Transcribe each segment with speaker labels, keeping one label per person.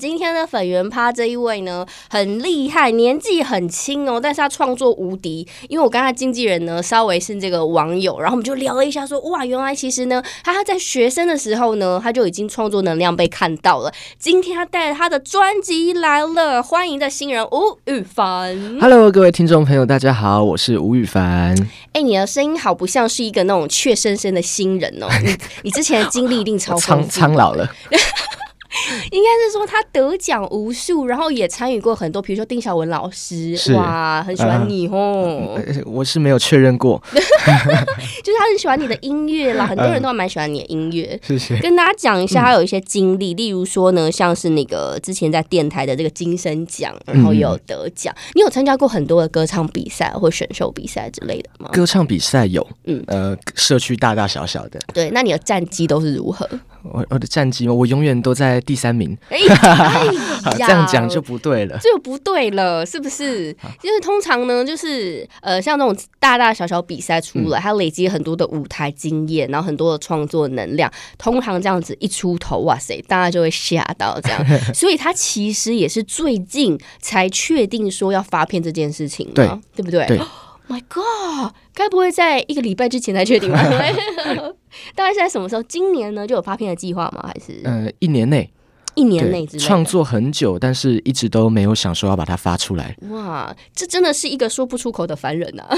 Speaker 1: 今天的粉圆趴这一位呢，很厉害，年纪很轻哦，但是他创作无敌。因为我跟他经纪人呢，稍微是这个网友，然后我们就聊了一下说哇，原来其实呢，他他在学生的时候呢，他就已经创作能量被看到了。今天他带着他的专辑来了，欢迎的新人吴宇凡。
Speaker 2: Hello，各位听众朋友，大家好，我是吴宇凡。
Speaker 1: 哎、你的声音好不像是一个那种怯生生的新 人哦，你你之前的经历一定超
Speaker 2: 我
Speaker 1: 丰
Speaker 2: 苍
Speaker 1: 富
Speaker 2: 苍老了，
Speaker 1: 应该是说他得奖无数，然后也参与过很多，比如说丁晓文老师，
Speaker 2: 是
Speaker 1: 哇，很喜欢你哦，
Speaker 2: 呃我是没有确认过，
Speaker 1: 就是他很喜欢你的音乐 啦，很多
Speaker 2: 嗯
Speaker 1: 人都还蛮喜欢你的音乐。
Speaker 2: 谢谢。
Speaker 1: 跟大家讲一下，他有一些经历，例如说呢，像是那个之前在电台的这个金声奖，然后也有得奖。你有参加过很多的歌唱比赛或选秀比赛之类的吗？
Speaker 2: 歌唱比赛有，
Speaker 1: 嗯
Speaker 2: 呃，社区大大小小的，
Speaker 1: 对，那你的战绩都是 如何？
Speaker 2: 我我的战绩嘛，我永远都在第三名，
Speaker 1: 哎哎呀，
Speaker 2: 这样讲就不对 了。
Speaker 1: 这就不对了，是不 是？就是通常呢，就是呃，像那种大大小小比赛出
Speaker 2: 嗯
Speaker 1: 来，他累积很多的舞台经验，然后很多的创作能量，通常这样子一出头，哇塞，大家就会吓到这 样。所以他其实也是最近才确定说要发片这件事情嘛，
Speaker 2: 对
Speaker 1: 对不对？
Speaker 2: 对
Speaker 1: My God，该不会在一个礼拜之前才确 定吧？大概是在什么时候？今年呢就有发片的计划吗？还是
Speaker 2: 呃，一年内，
Speaker 1: 一年内
Speaker 2: 对，
Speaker 1: 之类的？
Speaker 2: 创作很久，但是一直都没有想说要把它发出来。
Speaker 1: 哇，这真的是一个说不出口的凡人呐、 啊！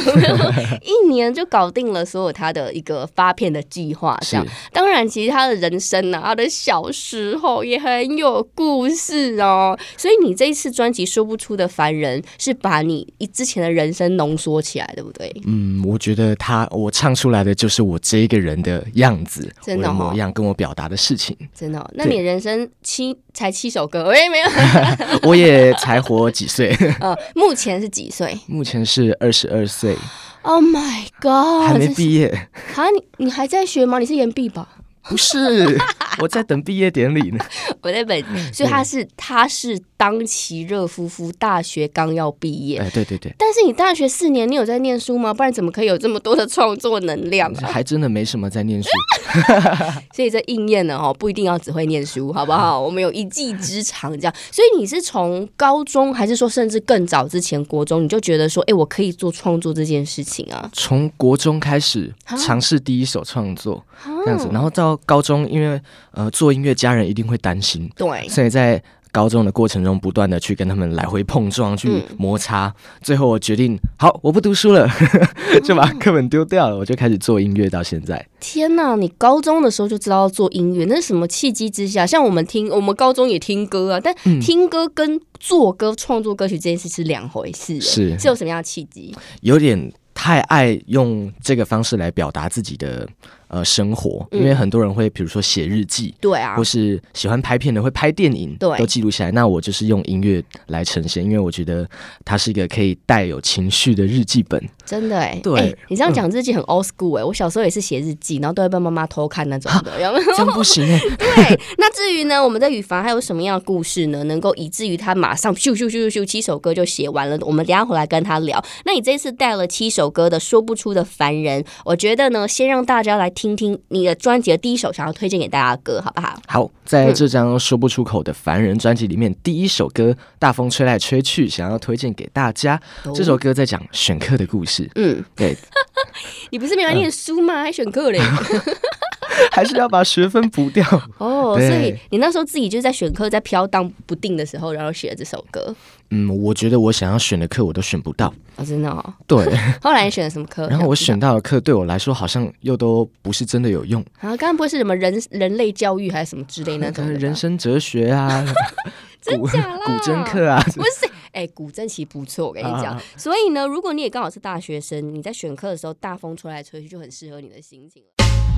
Speaker 1: 一年就搞定了所有他的一个发片的计划，这样
Speaker 2: 是。
Speaker 1: 当然，其实他的人生呢、他的小时候也很有故事哦。所以你这一次专辑《说不出的凡人》是把你一之前的人生浓缩起来，对不对？
Speaker 2: 嗯，我觉得他我唱出来的就是我这一个人的样子，
Speaker 1: 真
Speaker 2: 我
Speaker 1: 的
Speaker 2: 的
Speaker 1: 哦
Speaker 2: 模样，跟我表达的事情。
Speaker 1: 真的哦、那你人生七才七首歌，喂， 没有，
Speaker 2: 我也才活几岁，
Speaker 1: 呃，目前是几岁
Speaker 2: 目前是二十二岁，
Speaker 1: ？Oh my god！
Speaker 2: 还没
Speaker 1: 这是
Speaker 2: 毕业。
Speaker 1: 啊？你你还在学吗？你是研毕吧？
Speaker 2: 不是，我在等毕业典礼呢。
Speaker 1: 我在本，所以他是他是当其热夫妇大学刚要毕业，
Speaker 2: 哎，对对对，
Speaker 1: 但是你大学四年你有在念书吗？不然怎么可以有这么多的创作能量啊？
Speaker 2: 还真的没什么在念书。
Speaker 1: 所以这应验了哦，不一定要只会念书，好不好？我们有一技之长这样。所以你是从高中，还是说甚至更早之前国中，你就觉得说，哎、我可以做创作这件事情啊？
Speaker 2: 从国中开始
Speaker 1: 啊
Speaker 2: 尝试第一首创作这样子，然后到高中，因为呃做音乐家人一定会担心，
Speaker 1: 对，
Speaker 2: 所以在高中的过程中不断的去跟他们来回碰撞，
Speaker 1: 嗯
Speaker 2: 去摩擦。最后我决定，好，我不读书了， 就
Speaker 1: 哦
Speaker 2: 把课本丢掉了，我就开始做音乐到现在。
Speaker 1: 天呐，你高中的时候就知道要做音乐，那是什么契机之下？像我们听，我们高中也听歌啊，但
Speaker 2: 嗯
Speaker 1: 听歌跟做歌、创作歌曲这件事是两回事。啊
Speaker 2: 是
Speaker 1: 是有什么样的契机？
Speaker 2: 有点太爱用这个方式来表达自己的呃生活，因为很多人会比如说写日记。
Speaker 1: 对嗯啊
Speaker 2: 或，是喜欢拍片的会拍电影，
Speaker 1: 对
Speaker 2: 都记录下来。那我就是用音乐来呈现，因为我觉得它是一个可以带有情绪的日记本。
Speaker 1: 真的哎、
Speaker 2: 对嗯
Speaker 1: 哎你这样讲日记很 old school 哎、我小时候也是写日记，然后都会被妈妈偷看那种的。有没有
Speaker 2: 这样不行哎、
Speaker 1: 对，那至于呢，我们的羽凡还有什么样的故事呢？能够以至于他马上咻咻咻咻咻七首歌就写完了？我们等一下回来跟他聊。那你这次带了七首歌的《说不出的凡人》，我觉得呢，先让大家来听听你的专辑的第一首想要推荐给大家的歌，好不好？
Speaker 2: 好，在这张说不出口的凡人专辑里面，第一首歌《大风吹来吹去》，想要推荐给大家。这首歌在讲选课的故事，
Speaker 1: 嗯，
Speaker 2: 对，
Speaker 1: 你不是
Speaker 2: 嗯
Speaker 1: 没来念书吗？还选课 嘞？
Speaker 2: 还是要把学分补 掉。
Speaker 1: 哦，所
Speaker 2: 对
Speaker 1: 以你那时候自己就是在选课，在飘荡不定的时候，然后写了这首歌。
Speaker 2: 嗯，我觉得我想要选的课我都选不到。
Speaker 1: 哦，真的哦。
Speaker 2: 对，
Speaker 1: 后来你选了什么课？
Speaker 2: 然后我
Speaker 1: 想
Speaker 2: 选到的课对我来说好像又都不是真的有 用，
Speaker 1: 不到啊，刚刚不会是什么人人类教育还是什么之类那种
Speaker 2: 可
Speaker 1: 的
Speaker 2: 能
Speaker 1: 吧
Speaker 2: 人生哲学啊、古
Speaker 1: 真假啦
Speaker 2: 古筝课啊，
Speaker 1: 不是，哎、古筝其实不错，我跟你讲。
Speaker 2: 啊
Speaker 1: 所以呢，如果你也刚好是大学生，你在选课的时候，大风吹来吹去就很适合你的心情了。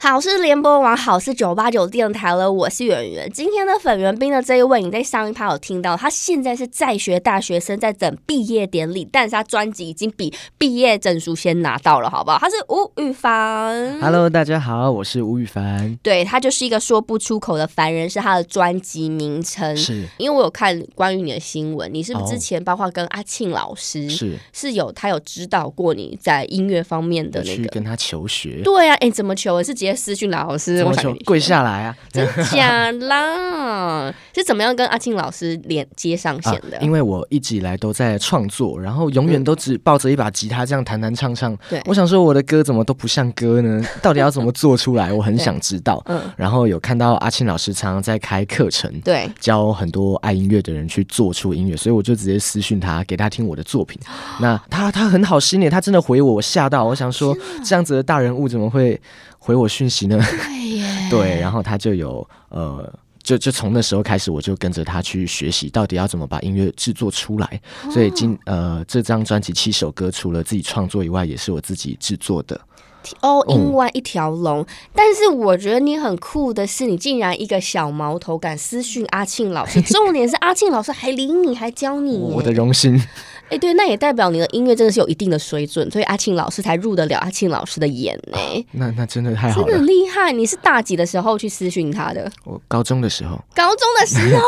Speaker 1: 好事联播网，好事九八九电台了，我是圆圆。今天的粉圆冰的这一位，你在上一趴有听到，他现在是在学大学生，在等毕业典礼，但是他专辑已经比毕业证书先拿到了，好不好？他是吴宇凡。
Speaker 2: Hello，大家好，我是吴宇凡，
Speaker 1: 对他就是一个说不出口的凡人，是他的专辑名称。
Speaker 2: 是
Speaker 1: 因为我有看关于你的新闻，你是不是
Speaker 2: 哦
Speaker 1: 之前包括跟阿庆老师
Speaker 2: 是，
Speaker 1: 是有他有指导过你在音乐方面的
Speaker 2: 我
Speaker 1: 那
Speaker 2: 去
Speaker 1: 个？
Speaker 2: 跟他求学，
Speaker 1: 对啊，哎，怎么求？是直接私讯老师？
Speaker 2: 怎
Speaker 1: 我
Speaker 2: 么
Speaker 1: 想
Speaker 2: 求
Speaker 1: 跟你
Speaker 2: 跪下来啊？
Speaker 1: 真 假啦？是怎么样跟阿庆老师连接上线的？嗯
Speaker 2: 啊因为我一直以来都在创作，然后永远都只抱着一把吉他这样弹弹唱唱。
Speaker 1: 对
Speaker 2: 我想说我的歌怎么都不像 歌呢？到底要怎么做出来？我很想知道。
Speaker 1: 嗯，
Speaker 2: 然后有看到阿庆老师常常在开课程。
Speaker 1: 对，
Speaker 2: 教很多爱音乐的人去做出音乐，所以我就直接私讯他，给他听我的 作品。那他他很好心耶，他真的回我，我吓到，我想说这样子的大人物怎么会回我讯息呢？
Speaker 1: 啊哎耶，
Speaker 2: 对，然后他就有呃，就就从那时候开始，我就跟着他去学习，到底要怎么把音乐制作出来。
Speaker 1: 哦
Speaker 2: 所以今呃这张专辑七首歌，除了自己创作以外，也是我自己制作的。
Speaker 1: 哦，
Speaker 2: 嗯
Speaker 1: 英湾一条龙。但是我觉得你很酷的是，你竟然一个小毛头敢私讯阿庆老师，重点是阿庆老师还理你，还教你耶。
Speaker 2: 我的荣幸，
Speaker 1: 哎、对，那也代表你的音乐真的是有一定的水准，所以阿庆老师才入得了阿庆老师的眼呢、
Speaker 2: 那那真的太好
Speaker 1: 真的
Speaker 2: 了
Speaker 1: 很。厉害！你是大几的时候去私讯他的？
Speaker 2: 我高中的时候，
Speaker 1: 高中的时
Speaker 2: 对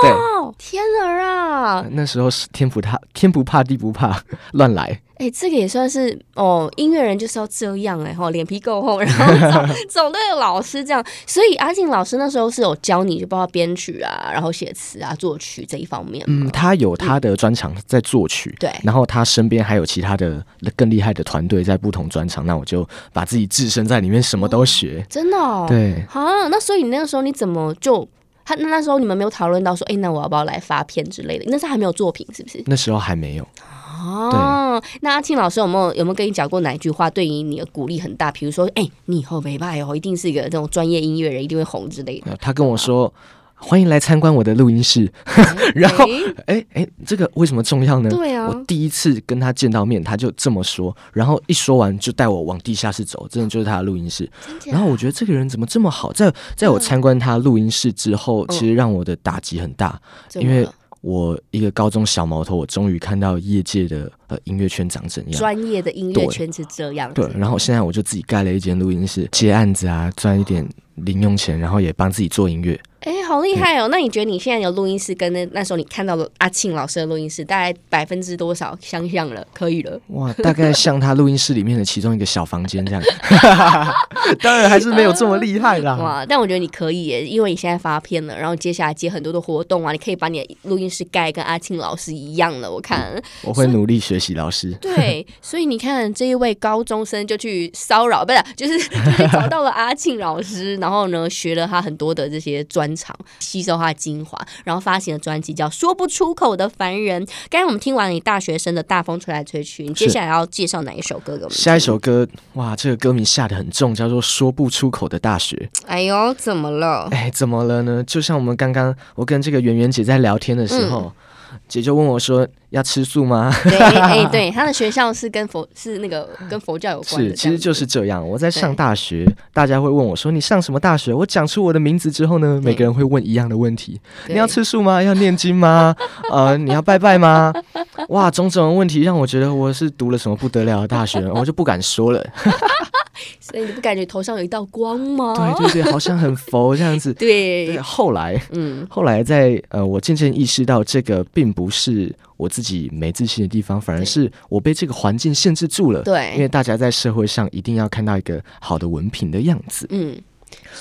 Speaker 1: 候，天儿啊！
Speaker 2: 那时候是天不怕天不怕地不怕， 乱来。
Speaker 1: 哎、这个也算是哦，音乐人就是要这样哎、吼，脸皮够厚，然后 总总对着老师这样。所以阿静老师那时候是有教你，就包括编曲啊，然后写词啊、作曲这一方面吗。
Speaker 2: 嗯，他有他的专长在作曲，
Speaker 1: 嗯对
Speaker 2: 然后他身边还有其他的更厉害的团队在不同专长，那我就把自己置身在里面，什么都学。
Speaker 1: 真的、哦。。
Speaker 2: 对，
Speaker 1: 啊，那所以你那个时候你怎么就他那那时候你们没有讨论到说，哎、那我要不要来发片之类的？那时候还没有作品是不是？
Speaker 2: 那时候还没有。
Speaker 1: 哦，那阿庆老师有没有有没有跟你讲过哪一句话对于你的鼓励很大？比如说，哎、你以后没办哦，一定是一个这种专业音乐人，一定会红之类的。
Speaker 2: 呃他跟我说。欢迎来参观我的录音室。 然后
Speaker 1: 诶，
Speaker 2: 哎哎，这个为什么重要呢？
Speaker 1: 哦对啊
Speaker 2: 我第一次跟他见到面，他就这么说，然后一说完就带我往地下室走，真的就是他的录音室。
Speaker 1: 假
Speaker 2: 然后我觉得这个人怎么这么好？在在
Speaker 1: 嗯
Speaker 2: 我参观他录音室之后，其实让我的打击很大，
Speaker 1: 怎么
Speaker 2: 因为
Speaker 1: 了
Speaker 2: 我一个高中小毛头，我终于看到业界的呃音乐圈长怎样。
Speaker 1: 专业的音乐圈是这样子
Speaker 2: 对，然后现在我就自己盖了一间录音室，接案子啊，赚一点零用钱，然后也帮自己做音乐。
Speaker 1: 哎、好厉害哦！那你觉得你现在有录音室跟那那时候你看到的阿庆老师的录音室，大概百分之多少相像了？可以了。
Speaker 2: 哇，大概像他录音室里面的其中一个小房间这样， 当然还是没有这么厉害啦。
Speaker 1: 哇！但我觉得你可以耶，因为你现在发片了，然后接下来接很多的活动啊，你可以把你的录音室盖跟阿庆老师一样了。我看，
Speaker 2: 我会努力学习老 师。
Speaker 1: 对，所以你看这一位高中生就去骚扰，不是， 就是就是找到了阿庆老师，然后呢学了他很多的这些专长，吸收他的精华，然后发行了专辑叫《说不出口的凡人》。刚才我们听完你大学生的大风吹来吹去，你接
Speaker 2: 是
Speaker 1: 下来要介绍哪一首歌给我们？
Speaker 2: 下一，首歌，哇，这个歌名下的很重，叫做《说不出口的大学》。
Speaker 1: 哎呦，怎么了？
Speaker 2: 哎，怎么了呢？就像我们刚刚我跟这个圆圆姐在聊天的时
Speaker 1: 嗯
Speaker 2: 候，姐就问我说要吃素吗？
Speaker 1: 对，哎，对，他的学校是跟佛是那 个跟佛教有关的，
Speaker 2: 是，其实就是
Speaker 1: 这样子。
Speaker 2: 这样。我在上
Speaker 1: 对
Speaker 2: 大学，大家会问我说你上什么大学？我讲出我的名字之后呢，每个人会问一样的问题。
Speaker 1: 对
Speaker 2: 你要吃素吗？要念经吗？ 呃，你要拜拜吗？哇，种种的问题让我觉得我是读了什么不得了的大学，我就不敢说了。
Speaker 1: 所以你不感觉头上有一道光吗？
Speaker 2: 对对对，好像很佛这样子。
Speaker 1: 哦 对
Speaker 2: 对，啊后来
Speaker 1: 嗯，
Speaker 2: 后来在呃，我渐渐意识到这个并不是我自己没自信的地方，反而是我被这个环境限制住了。
Speaker 1: 对
Speaker 2: 因为大家在社会上一定要看到一个好的文凭的样子，
Speaker 1: 嗯，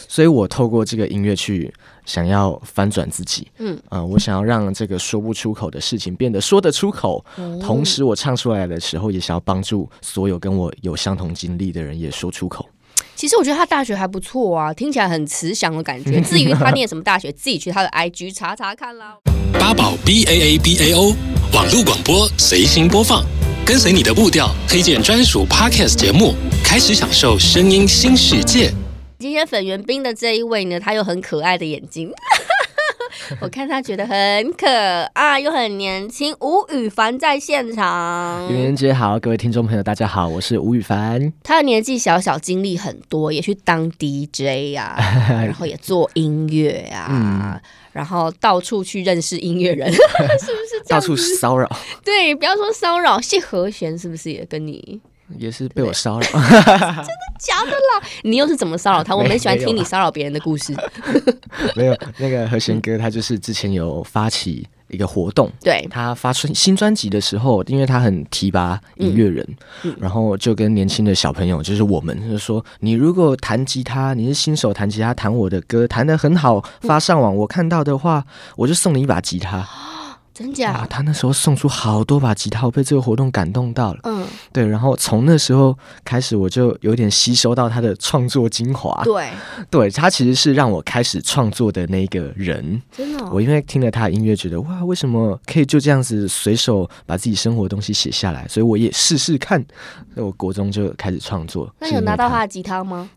Speaker 2: 所以我透过这个音乐去想要翻转自己。
Speaker 1: 嗯，
Speaker 2: 呃，我想要让这个说不出口的事情变得说得出口，同时我唱出来的时候，也想要帮助所有跟我有相同经历的人也说出口。
Speaker 1: 其实我觉得他大学还不错啊，听起来很慈祥的感觉。至于他念什么大学，自己去他的 IG 查查看啦。
Speaker 3: 八宝 B A A B A O 网络广播随心播放，跟随你的步调，推荐专属 Podcast 节目，开始享受声音新世界。
Speaker 1: 今天粉圆冰的这一位呢，他有很可爱的眼睛， 我看他觉得很可爱又很年轻。吴雨凡在现 场，
Speaker 2: 愚人节好，各位听众朋友，大家好，我是吴宇凡。
Speaker 1: 他的年纪小小，经历很多，也去当 DJ 啊，然后也做音乐啊，然后到处去认识音乐人，
Speaker 2: 到处骚扰，
Speaker 1: 对，不要说骚扰，谢和弦是不是也跟你？
Speaker 2: 也是被我骚扰。
Speaker 1: 假的啦！你又是怎么骚扰他？我
Speaker 2: 没
Speaker 1: 们喜欢
Speaker 2: 没有
Speaker 1: 听你
Speaker 2: 啊
Speaker 1: 骚扰别人的故 事。
Speaker 2: 没有，那个和弦哥他就是之前有发起一个活动，
Speaker 1: 对，
Speaker 2: 他发出新专辑的时候，因为他很提拔音乐人，然后就跟年轻的小朋友，就是我们，就是说，你如果弹吉他，你是新手弹吉他，弹我的歌，弹得很好，发上网，我看到的话，我就送你一把吉他。
Speaker 1: 真
Speaker 2: 啊，
Speaker 1: 假？
Speaker 2: 他那时候送出好多把吉他，我被这个活动感动到了。
Speaker 1: 嗯，
Speaker 2: 对，然后从那时候开始，我就有点吸收到他的创作精华。
Speaker 1: 对，
Speaker 2: 对他其实是让我开始创作的那个人。
Speaker 1: 真的哦、
Speaker 2: 我因为听了他的音乐，觉得哇，为什么可以就这样子随手把自己生活的东西写下来？所以我也试试看。所以我国中就开始创作。
Speaker 1: 那
Speaker 2: 是因
Speaker 1: 有
Speaker 2: 为
Speaker 1: 拿到他
Speaker 2: 他？
Speaker 1: 的吉他吗？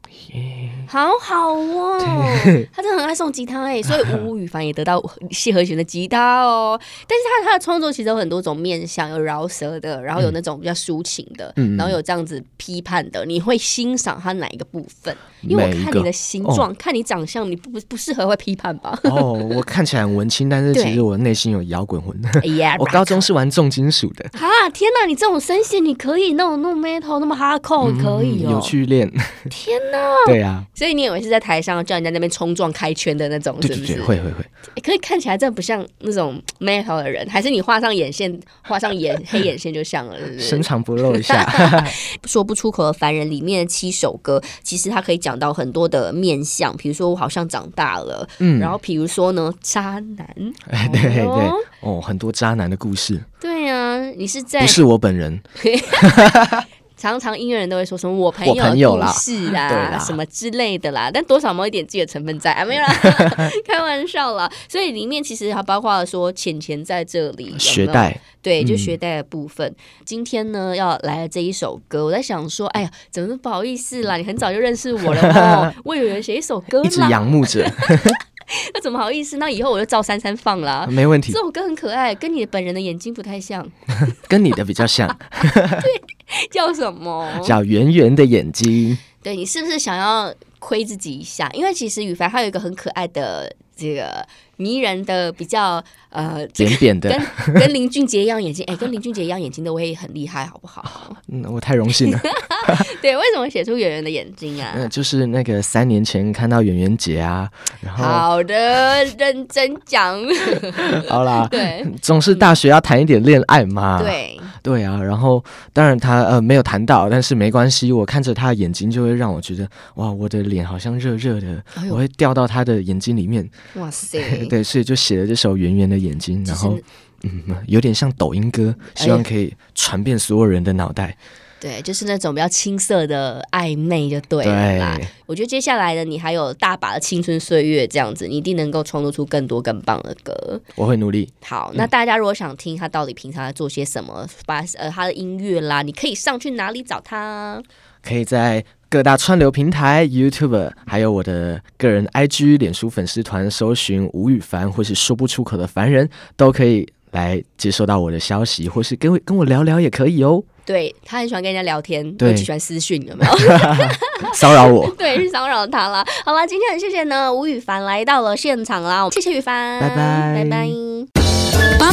Speaker 1: 好好哦， 他真的很爱送吉他 哎，所以吴吴雨凡也得到谢和弦的吉他哦。但是他他的创作其实有很多种面向，有饶舌的，然后有那种比较抒情的，
Speaker 2: 嗯嗯
Speaker 1: 然后有这样子批判的。你会欣赏他哪一个部分？因为我
Speaker 2: 每一
Speaker 1: 看
Speaker 2: 个
Speaker 1: 你的形状，看你长相，你不不不适合会批判 吧？
Speaker 2: 哦，我看起来很文青，但是其
Speaker 1: 对
Speaker 2: 实我内心有摇滚魂。
Speaker 1: 哎呀，
Speaker 2: 我高中是玩重金属的，
Speaker 1: 啊！天哪，你这种声线你可以，那种那么 metal 那么 hardcore
Speaker 2: 嗯
Speaker 1: 可以哦，
Speaker 2: 有去练。
Speaker 1: 天哪！
Speaker 2: 对啊，
Speaker 1: 所以你以为是在台上叫人家那边冲撞开圈的那种，
Speaker 2: 对
Speaker 1: 是不
Speaker 2: 对
Speaker 1: 是？
Speaker 2: 对，会会会。
Speaker 1: 欸可是看起来真的不像那种 metal 的人，还是你画上眼线，画上眼黑眼线就像了，是不
Speaker 2: 深
Speaker 1: 是？
Speaker 2: 藏不露一下。
Speaker 1: 说不出口的凡人里面的七首歌，其实它可以讲到很多的面相，比如说我好像长大了，
Speaker 2: 嗯
Speaker 1: 然后比如说呢，渣男，
Speaker 2: 哎， 对对
Speaker 1: 哦
Speaker 2: 哦，很多渣男的故事，
Speaker 1: 对啊，你是在
Speaker 2: 不是我本人。
Speaker 1: 常常音乐人都会说什么我朋友
Speaker 2: 我朋友
Speaker 1: 的
Speaker 2: 啦
Speaker 1: 故事
Speaker 2: 对
Speaker 1: 啊，
Speaker 2: 啦
Speaker 1: 什么之类的啦，但多少有一点自己的成分在啊，没有 啦，开玩笑啦。所以里面其实还包括了说浅浅在这里，有没有
Speaker 2: 学贷，
Speaker 1: 对，就
Speaker 2: 嗯
Speaker 1: 学贷的部分。今天呢，要来这一首歌，我在想说，哎呀，怎么不好意思啦？你很早就认识我了 哦，我以为写一首歌
Speaker 2: 一直
Speaker 1: 啦，
Speaker 2: 仰 慕着，
Speaker 1: 那怎么好意思？那以后我就照三三放啦。
Speaker 2: 没问 题
Speaker 1: 这，首歌很可爱，跟你本人的眼睛不太像，
Speaker 2: 跟你的比较像，
Speaker 1: 哦叫什么？
Speaker 2: 叫圆圆的眼睛。
Speaker 1: 对你是不是想要亏自己一下？因为其实羽凡他有一个很可爱的这个迷人的比较呃， 这
Speaker 2: 扁
Speaker 1: 个
Speaker 2: 扁的，
Speaker 1: 跟跟林俊杰一样眼睛，哎、跟林俊杰一样眼睛的我也很厉害，好不 好？
Speaker 2: 嗯，我太 荣幸了。
Speaker 1: 对，为什么写出圆圆的眼睛啊？
Speaker 2: 嗯，就是那个三年前看到圆圆姐啊，然后
Speaker 1: 好的，认真 讲。
Speaker 2: 好啦，
Speaker 1: 对
Speaker 2: 总是大学要谈一点恋爱嘛。
Speaker 1: 对，
Speaker 2: 对啊，然后当然她呃没有谈到，但是没关系，我看着她的眼睛就会让我觉得哇，我的脸好像热热的，
Speaker 1: 哎呦
Speaker 2: 我会掉到她的眼睛里面。，
Speaker 1: 哇塞
Speaker 2: 对，所以就写了这首《圆圆的眼睛》，然后。嗯，有点像抖音歌，希
Speaker 1: 哎
Speaker 2: 望可以传遍所有人的脑袋。
Speaker 1: 对，就是那种比较青涩的暧昧就对了啦。
Speaker 2: 对
Speaker 1: 我觉得接下来呢，你还有大把的青春岁月，这样子你一定能够创作出更多更棒的歌。
Speaker 2: 我会努力。
Speaker 1: 好，那大家如果想听他到底平常在做些什么，把呃他的音乐啦，你可以上去哪里找他？
Speaker 2: 可以在各大串流平台、YouTube，还有我的个人 IG、脸书粉丝团搜寻吴宇凡，或是说不出口的凡人，都可以来接收到我的消息，或是跟我跟我聊聊也可以哦。
Speaker 1: 对他很喜欢跟人家聊天，
Speaker 2: 对
Speaker 1: 尤其喜欢私讯，有 没有？
Speaker 2: 骚扰我，
Speaker 1: 对，去骚扰他啦。好啦，今天很谢谢呢吴雨凡来到了现场啦，谢谢雨凡，
Speaker 2: 拜
Speaker 1: 拜
Speaker 2: 拜
Speaker 1: 拜。
Speaker 4: 八